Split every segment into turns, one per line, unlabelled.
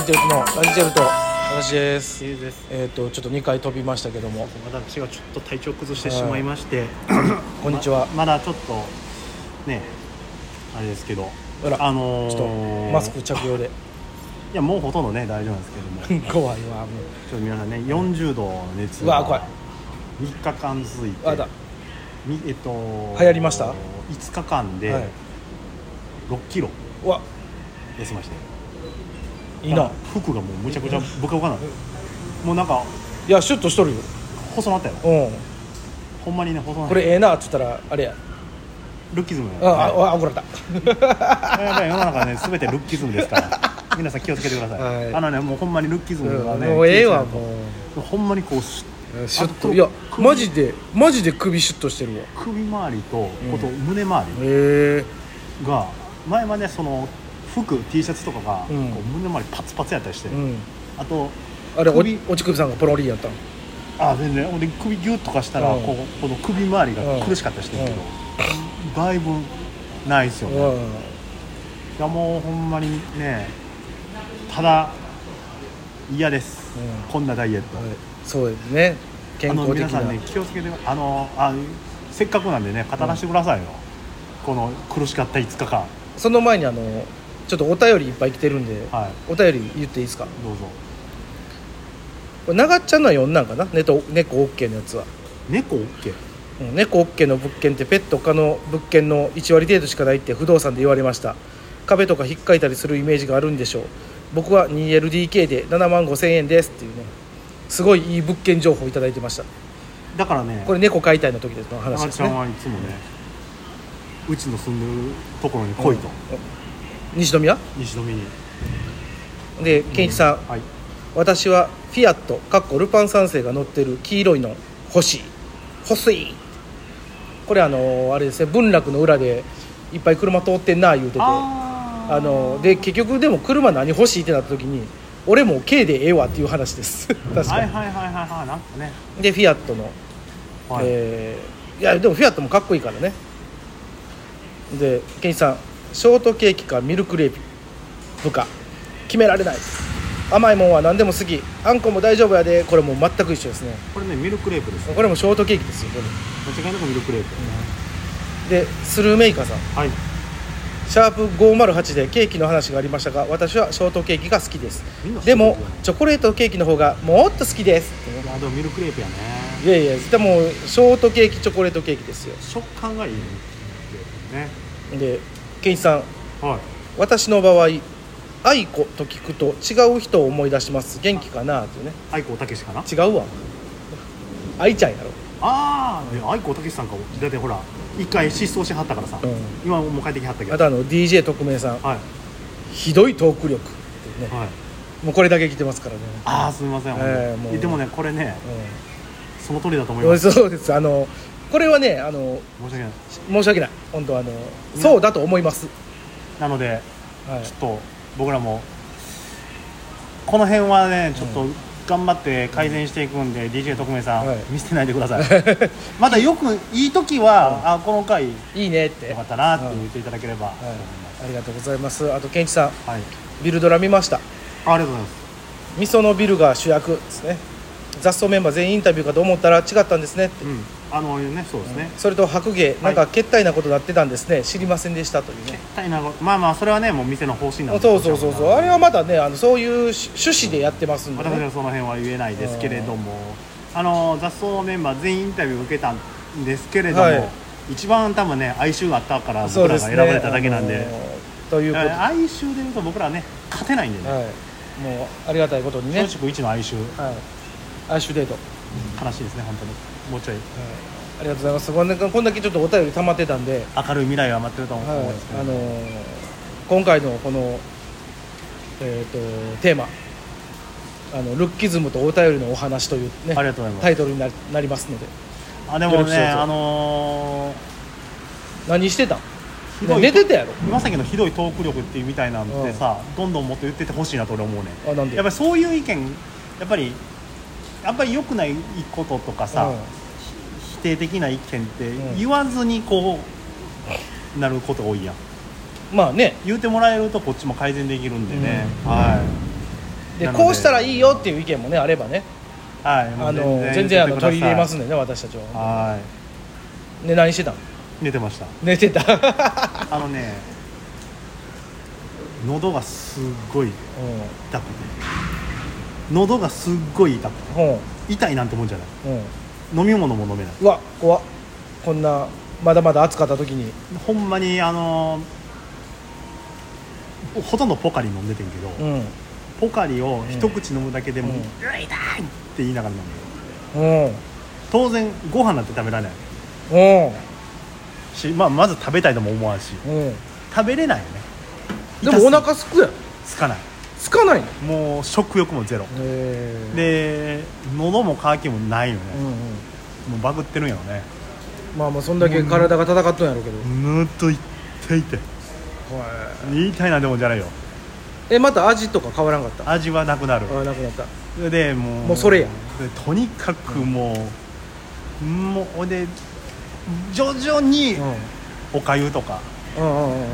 ンテルのラジチェルと
私です
ゆうです
えっ、とちょっと2回飛びましたけども
私がちょっと体調崩してしまいまして、
こんにちは
まだちょっとねあれですけど
あら
あのー
ちょっとマスク着用で
いやもうほとんどね大丈夫なんですけどもちょっ
怖いわも
と皆さんね40度の熱
うわ怖い
3日間続いう
あ
て
だ
みえっと流
流行りました
5日間
は
で
い
6キロ
うわ
痩せましたよ、
いいな
服がもうむちゃくちゃブカブカなんもうなんか
いやシュッとしとるよ
細なったよ
う
ほんまにね細なんっ
こ
た
れええなっつったらあれや
ルッキズム
あああ怒られた
やっぱり世の中ね全てルッキズムで すから皆さん気をつけてください、
はい
あのねもうほんまにルッキズムがね、
もうええわ
気をつけない
も
とほんまにこうし
うシュッ
あ
と
と
いや
首
マジでマジで首シュッとしてるわ
首周りとこと胸周
へえ
りが、前までその服 T シャツとかが、
うん
こう胸周りパツパツやったりして、
うん
あと
あれお
首
おち首さんがポロリやったの
あ全然俺首ギュッとかしたら、
うん
こうこの首周りが苦しかったりしてるけど、だいぶないですよね、い
うん
やもうほんまにねただ嫌です、
う
こんなダイエット、
そうですね
あ
健
の
康的
皆
な
さんね気をつけてあのあせっかくなんでね語らせてくださいよ、この苦しかった5日間
その前にあのちょっとお便りいっぱい来てるんで、
はい
お便り言っていいですか
どうぞ
これ長っちゃんのは4なんかな猫猫 OK のやつは、
猫 OK
うん、猫 OK の物件ってペット可の物件の1割程度しかないって不動産で言われました壁とか引っかいたりするイメージがあるんでしょう僕は 2LDK で7万5千円ですっていうねすごいいい物件情報いただいてました
だからね
これ猫解体の時の話
長
です
ちゃん
ね
はいつもねうちの住んでるところに来いと、
西宮
西宮に
で健一さん、
はい
私はフィアットかっこルパン三世が乗ってる黄色いの欲しい欲しいこれあのあれですね文楽の裏でいっぱい車通ってんな言うててあ
あ
ので結局でも車何欲しいってなった時に俺もう K でええわっていう話です確
は
か
い
に
はいはいはいはいなんかね、
でフィアットの、
はい
えーいやでもフィアットもかっこいいからねでケンイチさんショートケーキかミルクレープ部下決められない甘いもんは何でも好きあんこも大丈夫やでこれもう全く一緒ですね
これねミルクレープです
これもショートケーキですよでも
間違いなくミルクレープ、
でスルーメイカーさん
はい
シャープ508でケーキの話がありましたが私はショートケーキが好きです
みんな好き
でも
だよね
チョコレートケーキの方がもっと好きです
いやでもミルクレープやね
いやいやでもショートケーキチョコレートケーキですよ
食感がいいミルクレー
でケンイチさん
プねはい
私の場合愛子と聞くと違う人を思い出します元気かなっていうね
愛子たけしかな
違うわ愛ちゃんやろ
ああ、ね、愛子たけしさんかもだってほら一回失踪しはったからさ、
うん
今もう帰ってきはったけど
あとあの DJ 特命さん
はい
ひどいトーク力っていうね
はい
もうこれだけ来てますからね、
ああすみません、
えーも
ほんま
う
にでもねこれねその通りだと思い
うん、
ます申し
そうですあのこれはねあの
訳ない
申し訳ない本当あのそうだと思います、
なので
はい
ちょっと僕らもこの辺はねちょっと頑張って改善していくんで、DJ 特命さん、
はい
見捨てないでくだ さいまだよくいい時は、あこの回よ
いいねって
か
は
っ
い、
たなって言っていただければ、
ありがとうございますあとケンイチさん
はい、
ビルドラ見ました
あありがとうございます
味噌のビルが主役ですね雑草メンバー全員インタビューかと思ったら違ったんですねって
うんあのねそうですね、
それと白芸、なんか決体なことになってたんですね知りませんでしたというね
絶対なまあまあそれはねもう店の方針なんで
そうそうそうそうあれはまだねあのそういうし趣旨でやってますんで、
私
ね
は、その辺は言えないですけれどもあの雑草メンバー全員インタビューを受けたんですけれども、
はい
一番多分ね哀愁があったから
そう
僕
で
らが
す
選ばれただけなんで
あのというこ
だ
と
か
で、
ら
は
哀愁でいうと僕らはね勝てないんでね
い、もうありがたいことにね
松、竹一の哀愁
はい、アッシュデート、
悲しいですね本当にもうちょい
ありがとうございますこんなこんだけちょっとお便り溜まってたんで、
明るい未来が待ってると思うんですけ
はい、
ど、
あのー今回のこの、えー、とテーマあの「ルッキズムとお便りのお話」という、ね、
ありがとうございます
タイトルになりなりますので
あで
よろ
も
しくどう
ね
ぞ
あの
何してたん
ー
もう寝てたやろ
今さっきのひどいトーク力っていうみたいなんでさ、どんどんもっと言っててほしいなと俺思うね
あなんで
やっぱりそういう意見やっぱりやっぱり良くないこととかさ、
うん
否定的な意見って
うん
言わずにこうなることが多いやん
まあね
言うてもらえるとこっちも改善できるんでね、はい
で
なので
こうしたらいいよっていう意見もねあればね
はいもう
あの全然あの
言
取り
ってください
入れますんでね私たちは
は
ね何してたん
い寝てました
寝てた、
あのね喉がすっごい
うん
痛くて喉がすっごい痛く
うん
て痛いなんてもんじゃない
うん、
飲み物も飲めないう
わ怖っこんなまだまだ暑かった時に
ほんまにあのほとんどポカリ飲んでてんけど、
うん
ポカリを一口飲むだけでも「
うん
うわ痛い!」って言いながら飲むよ
うんうん
当然ご飯なんて食べられないし、まあ、まず食べたいとも思わんし
うん
食べれないよね
で
痛す
もお腹すくやん
つかない
つかないの
もう食欲もゼロ
へえ
で喉も渇きもないよ
う
ね、
んうん
もうバグってるんやろね
まあまあそんだけ体が戦っとんやろうけど、
ぬっと痛い痛い
は
痛いなんてもんじゃないよ
いえまた味とか変わらんかったあ
味はなくなる
なくなった
でもう
もうそれや
でとにかくもう、もうほんで徐々に
うん
おかゆとか、
うんうんうん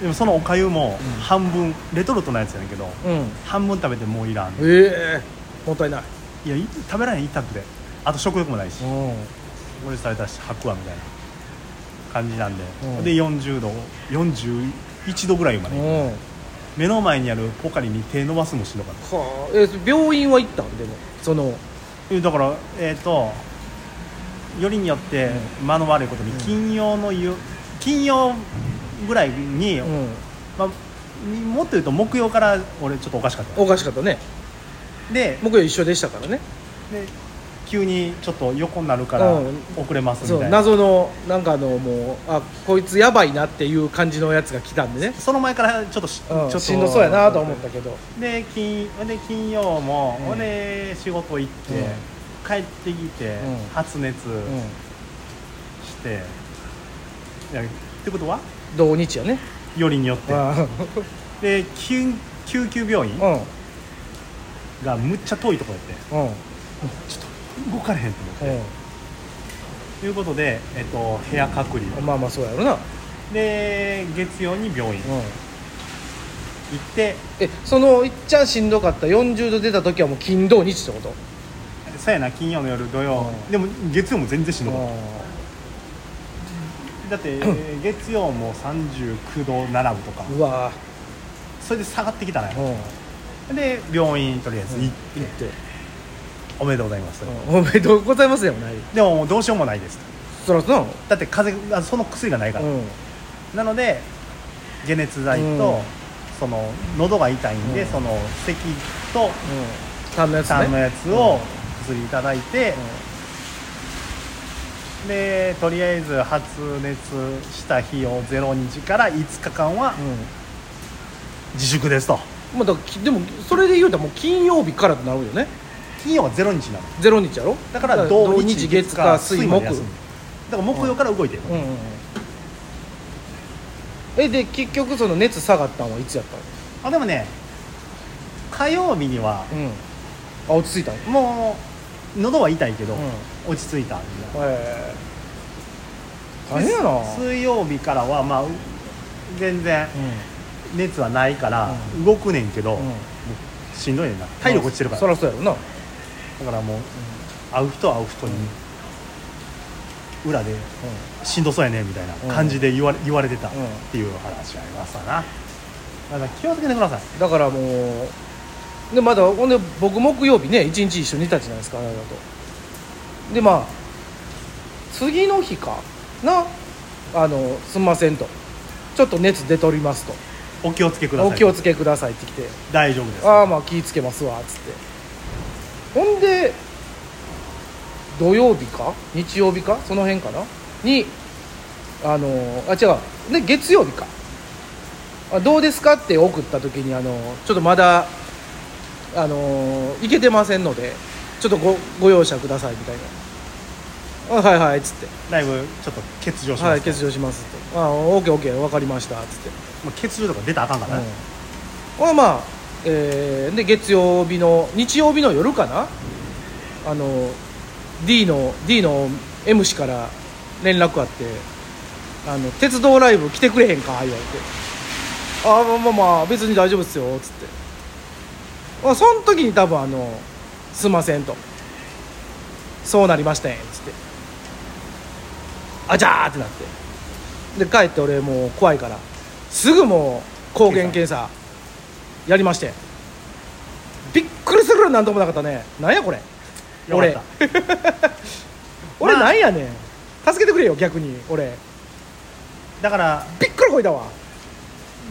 でもそのおかゆも半分、レトルトのやつやねんけど
うんうん
半分食べてもういらん
ええもったいない
いやい食べられへん痛くてあと食欲もないし
うん
これされたし吐くわみたいな感じなんで、
うん
で40度41度ぐらいまで、
うん
目の前にあるポカリに手伸ばすもしんどかった
はあえ病院は行ったんでもその
えだからえっ、とよりによって間の悪いことに金曜の夕金曜ぐらいに、
うん
まあ、にもっと言うと木曜から俺ちょっとおかしかった
おかしかったね
で
僕は一緒でしたからね
で急にちょっと横になるから
うん
遅れます
そ
みた
う
いな、
謎のなんかあのもうあこいつやばいなっていう感じのやつが来たんでね、
その前からちょっとし,、
う
ちょ
ん、
っと
しんどそうやなと思ったけど
で金で金曜も、
うん
ほんで仕事行って、
うん
帰ってきて、
うん
発
う
熱して、いやってことは
ん同日やね
よりによって
あ
で救救急病院
あ
がむっちゃ遠いところやって
うんうん
ちょっと動かれへんと思って、
う
ということで、えっと、部屋隔離
んまあまあそうやろな、うん、
で月曜に病院行って
えそのいっちゃんしんどかった40度出た時はもう金土日ってこと
さやな金曜の夜土曜、
うん
でも月曜も全然しんどかっ
う
ただって えー月曜も39度7分とか
んうわ
それで下がってきたね
うん行
で病院とりあえず行って、
って、
おめでとうございます、
うんおめでとうございますでもない
でももうどうしようもないです
そらそうなの
だって風邪あその薬がないから、
うん
なので解熱剤と、
うん
その喉が痛いんで、
うん
その咳と
たんのやつね
痰のやつを薬いただいて、でとりあえず発熱した日を0日から5日間は
うん、うん
自粛ですと
まあ、だからきでもそれで言うたらもう金曜日からとなるよね
金曜は0日になる
ゼロ日やろ
だから土
土
日
日
月
月
火
火
水
水
木
木
だから木曜から動いてる、
うんうんうんえで結局その熱下がったんはいつやった
あでもね火曜日には
のうんあ落ち着いたのへ
もう喉は痛いけど、
う
落ち着いた
え大変やな
で水曜日からはまあう全然熱はないから、
う
動くねんけど、
うん
もうしんどいねんな体力落ちてるから、
まあそりゃそうやろ
だからもう、会う人は会う人に、裏でしんどそうやねみたいな
うん
感じで言われ,、言われてたっ
ん
ていう話がありましたな、だから気をつけてください
な、うん、だからもうでまだほんで僕木曜日ね一日一緒にいたじゃないですかあれだとでまあ次の日かなあのすんませんとちょっと熱出ておりますと
お気をつけください
お気をつけくださいって来て
大丈夫です
ああまあ気ぃつけますわっつってほんで土曜日か日曜日かその辺かなにあのあ違うで月曜日かあどうですかって送った時にあのちょっとまだあのいけてませんのでちょっとごご容赦くださいみたいな「あはいはい」っつって
だいぶちょっと欠
「
場し
は
ま
い
す、
欠場します」って「ああオーケーオーケー分かりました」っつって
もう欠場とか出たらあかんからね、
うん、はまあ、えーで月曜日の日曜日の夜かなあの D の D の M 氏から連絡あってあの「鉄道ライブ来てくれへんか?」言われて「ああまあまあまあ別に大丈夫っすよ」っつってあその時に多分あの「すんません」と「そうなりましたね」っつって「あじゃー」ってなってで帰って俺もう怖いからすぐもう抗原検査やりましてびっくりするぐらい何ともなかったねなんやこれ
よ かった
俺俺
まあ
なんやねん助けてくれよ逆に俺
だから
びっくりこいたわ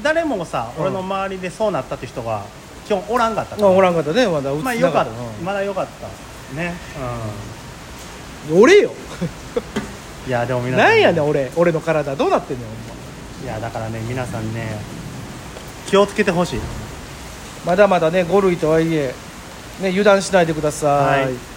誰もさ、
うん
俺の周りでそうなったって人が基本おらんかった
まあおらんかったねまだう
まあよかった、
うん
まだよかったね
俺よ
うんいやでも皆さん
なんやねん俺俺の体どうなってんねんほんま
いやだからね皆さんね気をつけてほしい
まだまだね5類とはいえ、ね、油断しないでください。
はい